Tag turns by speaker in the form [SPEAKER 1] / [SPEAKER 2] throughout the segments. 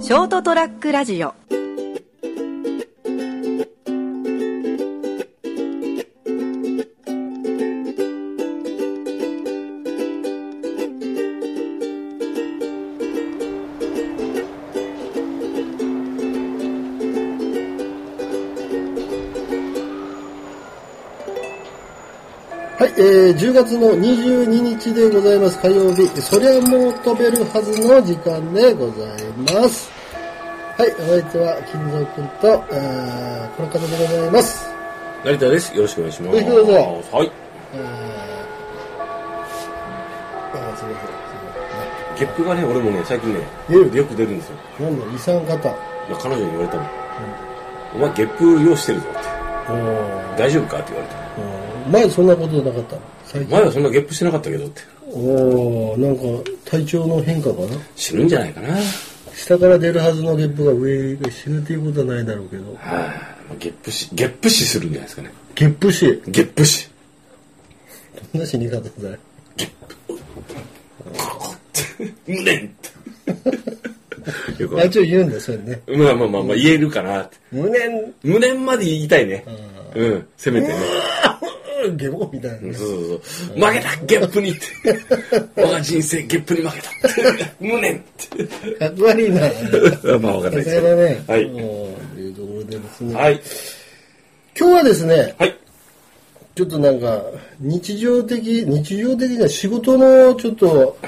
[SPEAKER 1] ショートトラックラジオ
[SPEAKER 2] はい、えー、10月の22日でございます。火曜日、そりゃもう飛べるはずの時間でございます。はい、お相手は金蔵君と、えー、この方でございます。
[SPEAKER 3] 成田です。よろしくお願いします。
[SPEAKER 2] よろしくどうぞ
[SPEAKER 3] はい。
[SPEAKER 2] えー、あー、すみま
[SPEAKER 3] ゲップがね、俺もね、最近ね、
[SPEAKER 2] せん。ね、
[SPEAKER 3] よく出るんですよ。
[SPEAKER 2] え、なんだ、二酸化炭
[SPEAKER 3] いや、彼女に言われたの。お前、ゲップ用意してるぞって。
[SPEAKER 2] 素。おー
[SPEAKER 3] 大丈夫かって言われた。
[SPEAKER 2] おー前そんなことなかったの最近。
[SPEAKER 3] 前はそんなゲップしてなかったけどって。
[SPEAKER 2] おー、なんか体調の変化かな
[SPEAKER 3] 死ぬんじゃないかな。はい、
[SPEAKER 2] 下から出るはずのゲップが上が死ぬっていうことはないだろうけど。
[SPEAKER 3] ゲップし、ゲップ死するんじゃないですかね。
[SPEAKER 2] ゲップ死。
[SPEAKER 3] ゲップ死。
[SPEAKER 2] どんな死に方だよ。
[SPEAKER 3] 無念 って。よくわ
[SPEAKER 2] あ、
[SPEAKER 3] か
[SPEAKER 2] 一応言うんだよ、それね。
[SPEAKER 3] るまあまあまあまあ、言えるかなって。
[SPEAKER 2] 無念、
[SPEAKER 3] 無念まで言いたいね。うん、せめてね。
[SPEAKER 2] うんゲボみたいな。
[SPEAKER 3] そうそうそう。負けたゲップにって。我が人生ゲップに負けたって。無念って。
[SPEAKER 2] かっこ悪いな。さ
[SPEAKER 3] まあわかんないです
[SPEAKER 2] すがだね。
[SPEAKER 3] はい
[SPEAKER 2] もうというところでですね。
[SPEAKER 3] はい。
[SPEAKER 2] 今日はですね、
[SPEAKER 3] はい。
[SPEAKER 2] ちょっとなんか、日常的、日常的な仕事の、ちょっと、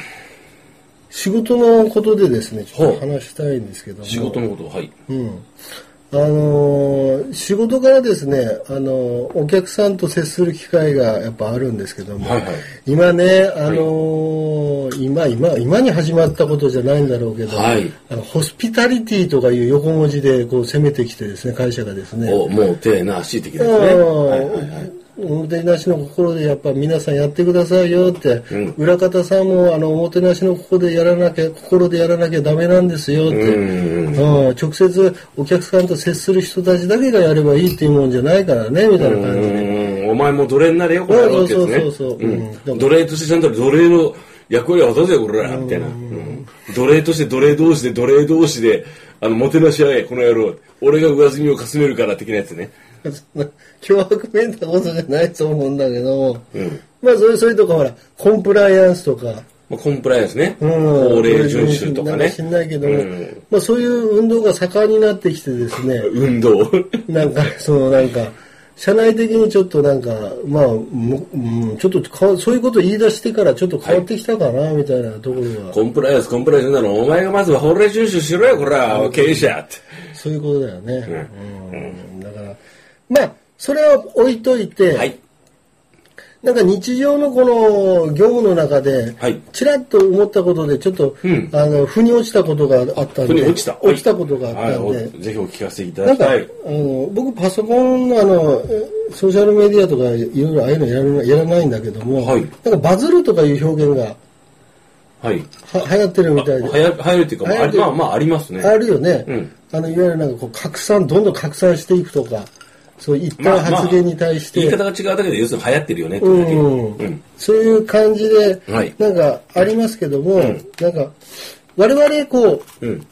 [SPEAKER 2] 仕事のことでですね、ちょっと
[SPEAKER 3] ほう
[SPEAKER 2] 話したいんですけども。
[SPEAKER 3] 仕事のこと、はい。
[SPEAKER 2] うん。あのー仕事からですね、あのーお客さんと接する機会がやっぱあるんですけども、
[SPEAKER 3] はいはい
[SPEAKER 2] 今ね、あのー今、今、今に始まったことじゃないんだろうけど、
[SPEAKER 3] はい
[SPEAKER 2] あのホスピタリティとかいう横文字でこう攻めてきてですね、会社がですね、
[SPEAKER 3] お、もう手なし的ですね。はいはいはい。
[SPEAKER 2] おもてなしの心でやっぱ皆さんやってくださいよって、
[SPEAKER 3] うん
[SPEAKER 2] 裏方さんもあのおもてなしの心でやらなきゃ心でやらなきゃダメなんですよって、
[SPEAKER 3] うんうん
[SPEAKER 2] うん直接お客さんと接する人たちだけがやればいいっていうもんじゃないからねみたいな感じで、
[SPEAKER 3] うん、お前も奴隷になれよ、これやろってやつね。
[SPEAKER 2] そうそうそうそううん
[SPEAKER 3] ん奴隷としてちゃんと奴隷の役割を果たせよ、これら、みたいな。うん奴隷として奴隷同士で奴隷同士で、あの、もてなし合え、この野郎。俺が上積みをかすめるから、的なやつね。
[SPEAKER 2] 脅迫めいたことじゃないと思うんだけど、
[SPEAKER 3] うん
[SPEAKER 2] まあそういうそういうとこほらコンプライアンスとか。
[SPEAKER 3] まあ、コンプライアンスね。
[SPEAKER 2] うん
[SPEAKER 3] 法令遵守とか
[SPEAKER 2] なん
[SPEAKER 3] ね。
[SPEAKER 2] 知んないけども、
[SPEAKER 3] うん
[SPEAKER 2] まあそういう運動が盛んになってきてですね、
[SPEAKER 3] 運動。
[SPEAKER 2] なんか、 そのなんか、社内的にちょっとなんか、まあ、もうん、ちょっとか、そういうこと言い出してからちょっと変わってきたかな、みたいなところは、
[SPEAKER 3] コンプライアンス、コンプライアンスなの。お前がまずは法令遵守しろよ、こら、経営者って。
[SPEAKER 2] そういうことだよね。うん。だから、まあ、それは置いといて、
[SPEAKER 3] はい。
[SPEAKER 2] なんか日常のこの業務の中で、
[SPEAKER 3] はい
[SPEAKER 2] ちらっと思ったことで、ちょっと、
[SPEAKER 3] うん
[SPEAKER 2] あの、腑に落ちたことがあったんで、
[SPEAKER 3] 腑に落ちた。
[SPEAKER 2] 落ちたことがあったんで、
[SPEAKER 3] はいおぜひお聞かせいた
[SPEAKER 2] な
[SPEAKER 3] だ
[SPEAKER 2] ん
[SPEAKER 3] き
[SPEAKER 2] か、
[SPEAKER 3] たい。
[SPEAKER 2] あの僕パソコンのあのえソーシャルメディアとかいろいろああいうのやらなやらないんだけども、
[SPEAKER 3] はい
[SPEAKER 2] なんかバズるとかいう表現が
[SPEAKER 3] はい。
[SPEAKER 2] は流行ってるみたい
[SPEAKER 3] は
[SPEAKER 2] で、
[SPEAKER 3] や、はやるっていうか、ま
[SPEAKER 2] 流行
[SPEAKER 3] ああ
[SPEAKER 2] る
[SPEAKER 3] り、まあ、まあ、ありますね。
[SPEAKER 2] あるよね、
[SPEAKER 3] うん
[SPEAKER 2] あのいわゆるなんかこう拡散どんどん拡散していくとかそう一
[SPEAKER 3] ま
[SPEAKER 2] 旦
[SPEAKER 3] あまあ
[SPEAKER 2] 発言に対して、
[SPEAKER 3] 言い方が違うだけで、要するに流行ってるよね、って
[SPEAKER 2] う
[SPEAKER 3] だけ
[SPEAKER 2] ん
[SPEAKER 3] うん。
[SPEAKER 2] そういう感じで、
[SPEAKER 3] はい
[SPEAKER 2] なんかありますけども、
[SPEAKER 3] ん
[SPEAKER 2] なんか我々こう
[SPEAKER 3] うん。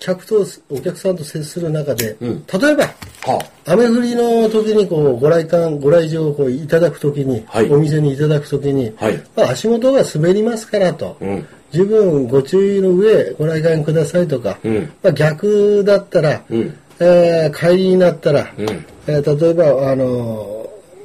[SPEAKER 2] 客とお客さんと接する中で、
[SPEAKER 3] うん
[SPEAKER 2] 例えば
[SPEAKER 3] は
[SPEAKER 2] 雨降りの時にこうご来館、ご来場をこういただく時に、
[SPEAKER 3] はい
[SPEAKER 2] お店にいただく時に、
[SPEAKER 3] はい
[SPEAKER 2] まあ、足元が滑りますからと、
[SPEAKER 3] うん
[SPEAKER 2] 十分ご注意の上ご来館くださいとか、
[SPEAKER 3] うん
[SPEAKER 2] まあ、逆だったら、
[SPEAKER 3] うん
[SPEAKER 2] えー帰りになったら、
[SPEAKER 3] うん
[SPEAKER 2] えー例えば、あのー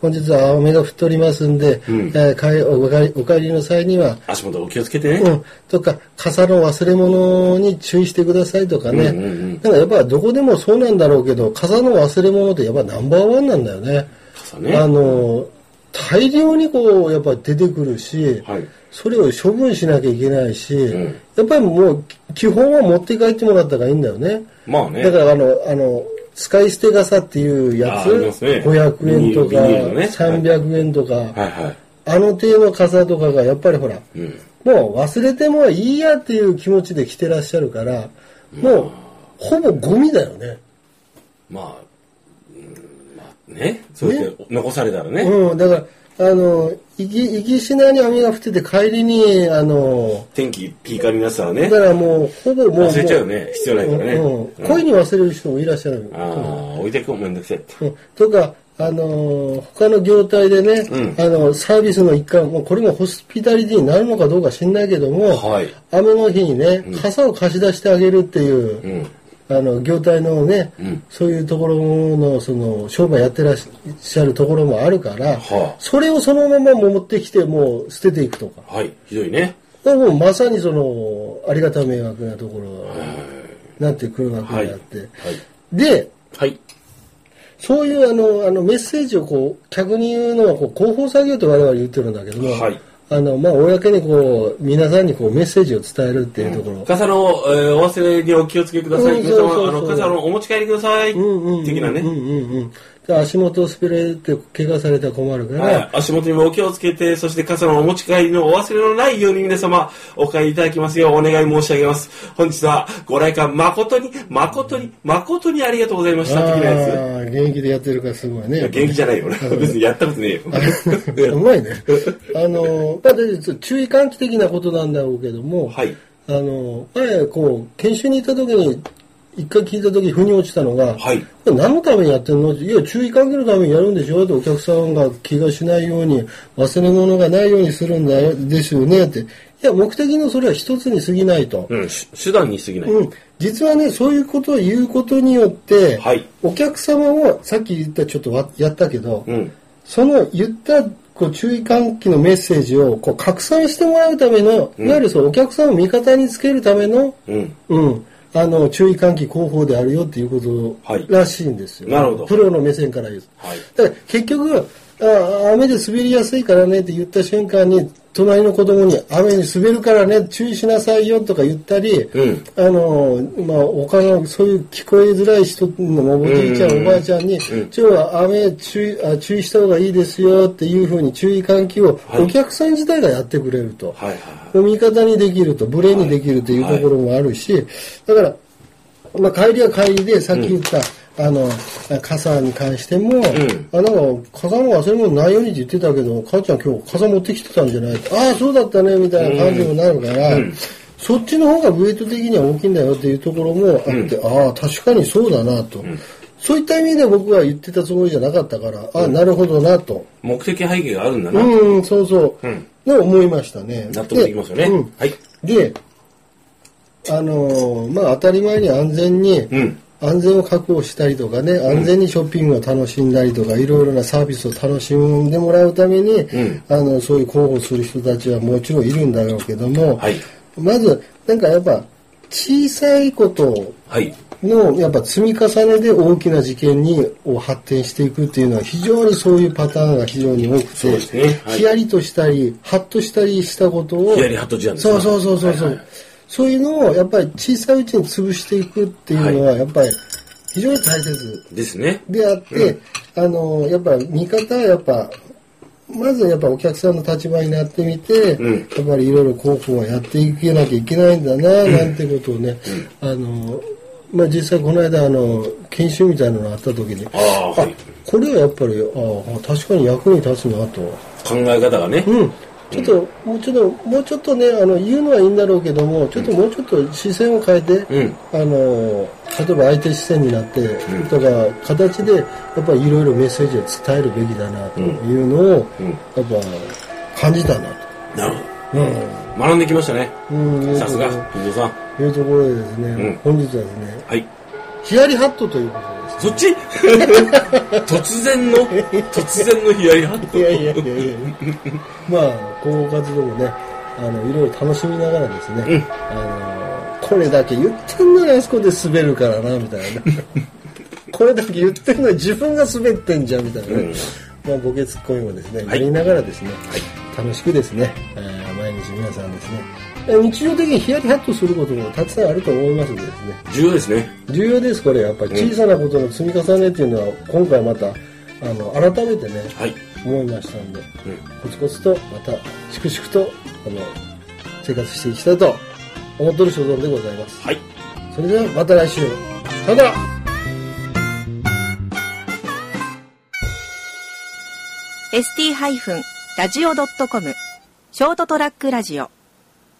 [SPEAKER 2] 本日は雨が降っておりますんで、
[SPEAKER 3] うん
[SPEAKER 2] えー帰お帰りお帰りの際には、
[SPEAKER 3] 足元お気をつけて
[SPEAKER 2] う
[SPEAKER 3] ね。
[SPEAKER 2] ん、とか傘の忘れ物に注意してくださいとかね、
[SPEAKER 3] うんうんうん
[SPEAKER 2] なんかやっぱどこでもそうなんだろうけど傘の忘れ物ってやっぱナンバーワンなんだよね。
[SPEAKER 3] 傘
[SPEAKER 2] あ
[SPEAKER 3] ね。
[SPEAKER 2] の大量にこうやっぱ出てくるし、
[SPEAKER 3] はい
[SPEAKER 2] それを処分しなきゃいけないし、
[SPEAKER 3] ん
[SPEAKER 2] やっぱりもう基本は持って帰ってもらった方がいいんだよね。
[SPEAKER 3] まあね。
[SPEAKER 2] だからあの、あの、使い捨て傘っていうやつ、
[SPEAKER 3] あありますね
[SPEAKER 2] 500円とか、
[SPEAKER 3] ビニールのね
[SPEAKER 2] 300円とか、
[SPEAKER 3] はいは
[SPEAKER 2] あの手の傘とかがやっぱりほら、
[SPEAKER 3] い。うん。
[SPEAKER 2] もう忘れてもいいやっていう気持ちで来てらっしゃるから、もうほぼゴミだよね。
[SPEAKER 3] まあ、うんまあね。そうやって残されたらね。
[SPEAKER 2] うん、だからあの、行き、行きしなに雨が降ってて帰りに、あの、
[SPEAKER 3] 天気ピーカーになってたらね
[SPEAKER 2] だ。からもう、ほぼもう。
[SPEAKER 3] 忘れちゃうね必要ないからね
[SPEAKER 2] うんうん
[SPEAKER 3] うん
[SPEAKER 2] 故意に忘れる人もいらっしゃる。
[SPEAKER 3] ああ、置いてくのめんどくせえって。
[SPEAKER 2] うんとか、あのー他の業態でね、
[SPEAKER 3] うん
[SPEAKER 2] あの、サービスの一環、もうこれもホスピタリティになるのかどうか知んないけども、
[SPEAKER 3] はい
[SPEAKER 2] 雨の日にね、傘を貸し出してあげるっていう、
[SPEAKER 3] うん。
[SPEAKER 2] あの業態のね、
[SPEAKER 3] うん
[SPEAKER 2] そういうところのその商売やってらっしゃるところもあるから、
[SPEAKER 3] はあ
[SPEAKER 2] それをそのまま持ってきてもう捨てていくとか
[SPEAKER 3] はい。ひどいね。
[SPEAKER 2] これもうまさにそのありがた迷惑なところになってくるわけであって、
[SPEAKER 3] はい。
[SPEAKER 2] で
[SPEAKER 3] はい。
[SPEAKER 2] そういうあのあのメッセージをこう客に言うのはこう広報作業と我々言ってるんだけども、
[SPEAKER 3] はい
[SPEAKER 2] あのまあ、公にこう皆さんにこうメッセージを伝えるっていうところ、
[SPEAKER 3] 傘の、えーお忘れにお気をつけください。
[SPEAKER 2] うん
[SPEAKER 3] 皆様、
[SPEAKER 2] そう
[SPEAKER 3] あ
[SPEAKER 2] そうそう
[SPEAKER 3] の、傘のお持ち帰りください。的な
[SPEAKER 2] うん
[SPEAKER 3] ね。
[SPEAKER 2] うんうんで足元を滑れて怪我されたら困るから、
[SPEAKER 3] はい。足元にもお気をつけて、そして傘のお持ち帰りのお忘れのないように皆様、お帰りいただきますようお願い申し上げます。本日はご来館誠に、誠に、誠にありがとうございました。的なや
[SPEAKER 2] ああ現役でやってるからすごいね
[SPEAKER 3] つ。元気じゃないよ。俺別にやったことねえよ。
[SPEAKER 2] うまいねあの、まあ、で注意喚起的なことなんだろうけども、
[SPEAKER 3] はい。
[SPEAKER 2] あの前こう研修に行った時に一回聞いた時腑に落ちたのが、
[SPEAKER 3] はい
[SPEAKER 2] これ何のためにやってるのっていや注意喚起のためにやるんでしょってお客さんが気がしないように忘れ物がないようにするんだよですよねっていや目的のそれは一つに過ぎないと、
[SPEAKER 3] うん、し手段に過ぎない。
[SPEAKER 2] うん、実はねそういうことを言うことによって、
[SPEAKER 3] はい
[SPEAKER 2] お客様もさっき言ったちょっとわやったけど、
[SPEAKER 3] うん。
[SPEAKER 2] その言ったこう注意喚起のメッセージをこう拡散してもらうための、いわゆるそのお客さんを味方につけるための、
[SPEAKER 3] うん。
[SPEAKER 2] うん、あの注意喚起広報であるよっていうこ
[SPEAKER 3] はい
[SPEAKER 2] とらしいんですよ、
[SPEAKER 3] なるほど
[SPEAKER 2] プロの目線から言うと、
[SPEAKER 3] はい
[SPEAKER 2] だから結局あ雨で滑りやすいからねって言った瞬間に隣の子供に雨に滑るからね注意しなさいよとか言ったり、
[SPEAKER 3] うん
[SPEAKER 2] あのまあ、他のそういう聞こえづらい人のおじいちゃん、おばあちゃんに、ちょっと雨注意あ注意した方がいいですよっていうふうに注意喚起を
[SPEAKER 3] はい
[SPEAKER 2] お客さん自体がやってくれると、
[SPEAKER 3] はいはいはい。
[SPEAKER 2] 味方にできると、ブレにできるというところもあるし、だから、まあ、帰りは帰りで、さっき言った、あの、傘に関しても、あ、なんか、傘も忘れ物ないようにって言ってたけど、母ちゃん今日傘持ってきてたんじゃないああ、そうだったね、みたいな感じにもなるから、そっちの方がウエイト的には大きいんだよっていうところもあって、ああ、確かにそうだなと。そういった意味で僕は言ってたつもりじゃなかったから、ああ、なるほどなと。
[SPEAKER 3] 目的背景があるんだな。
[SPEAKER 2] うん、そうそう。
[SPEAKER 3] うん
[SPEAKER 2] で、思いましたね。
[SPEAKER 3] 納得できますよね
[SPEAKER 2] うん
[SPEAKER 3] はい
[SPEAKER 2] で、あのーまあ、当たり前に安全に、
[SPEAKER 3] うん。
[SPEAKER 2] 安全を確保したりとかね、安全にショッピングを楽しんだりとか、いろいろなサービスを楽しんでもらうために、
[SPEAKER 3] ん
[SPEAKER 2] あの、そういう広報する人たちはもちろんいるんだろうけども、
[SPEAKER 3] はい
[SPEAKER 2] まず、なんかやっぱ、小さいこと
[SPEAKER 3] はい。
[SPEAKER 2] の、やっぱ積み重ねで大きな事件に、を発展していくっていうのは、非常にそういうパターンが非常に多くて、
[SPEAKER 3] そうですね。はい
[SPEAKER 2] ヒ。ヤリとしたり、ハッとしたりしたことを。
[SPEAKER 3] ヒヤリハッと事案です
[SPEAKER 2] そ
[SPEAKER 3] ね
[SPEAKER 2] うそうそうそうそう。
[SPEAKER 3] はいはい
[SPEAKER 2] そういうのを、やっぱり小さいうちに潰していくっていうのは、やっぱり非常に大切
[SPEAKER 3] ですね。
[SPEAKER 2] であって、あの、やっぱ見方はやっぱ、まずやっぱお客さんの立場になってみて、
[SPEAKER 3] うん
[SPEAKER 2] やっぱりいろいろ広報はやっていけなきゃいけないんだな、なんてことをね、あの、まあ、実際この間あの研修みたいなのがあった時に
[SPEAKER 3] ああ、はい。
[SPEAKER 2] これはやっぱりああ確かに役に立つなと
[SPEAKER 3] 考え方がね。
[SPEAKER 2] うん、ちょっと、もうちょっと、もうちょっとね、あの、言うのはいいんだろうけども、ちょっともうちょっと視線を変えて、
[SPEAKER 3] うん
[SPEAKER 2] あの、例えば相手視線になって、とか、形で、やっぱりいろいろメッセージを伝えるべきだな、というのを、
[SPEAKER 3] うん
[SPEAKER 2] やっぱ、感じたな、
[SPEAKER 3] なるほ
[SPEAKER 2] と。うん。
[SPEAKER 3] ど。学んできましたね。
[SPEAKER 2] うん、
[SPEAKER 3] さすが、藤尾さん。
[SPEAKER 2] というところでですね、
[SPEAKER 3] うん
[SPEAKER 2] 本日はですね、
[SPEAKER 3] はい。
[SPEAKER 2] ヒヤリハットということです。
[SPEAKER 3] そっち 突然の、突然のヒヤリハット。
[SPEAKER 2] いやいやいやいやまあ広報活動もねあのいろいろ楽しみながらですね、あのこれだけ言ってんのにあそこで滑るからなみた いなこれだけ言ってんのに自分が滑ってんじゃんみたいなね、
[SPEAKER 3] うん
[SPEAKER 2] まあ、ボケツッコミもですね
[SPEAKER 3] は
[SPEAKER 2] や
[SPEAKER 3] い
[SPEAKER 2] りながらですね、楽しくですね、えー毎日皆さんですねえー日常的にヒヤリハッとすることもたくさんあると思いますのでですね
[SPEAKER 3] 重要ですね。
[SPEAKER 2] 重要ですこれやっぱり小さなことの積み重ねっていうのは今回またあの改めてね、
[SPEAKER 3] はい。
[SPEAKER 2] 思いましたんで、
[SPEAKER 3] うん
[SPEAKER 2] コツコツとまた粛々とあの生活していきたいと思っとる所存でございます
[SPEAKER 3] はい。
[SPEAKER 2] それではまた来週さよなら
[SPEAKER 1] ー ST- ラジオ .com ショートトラックラジオ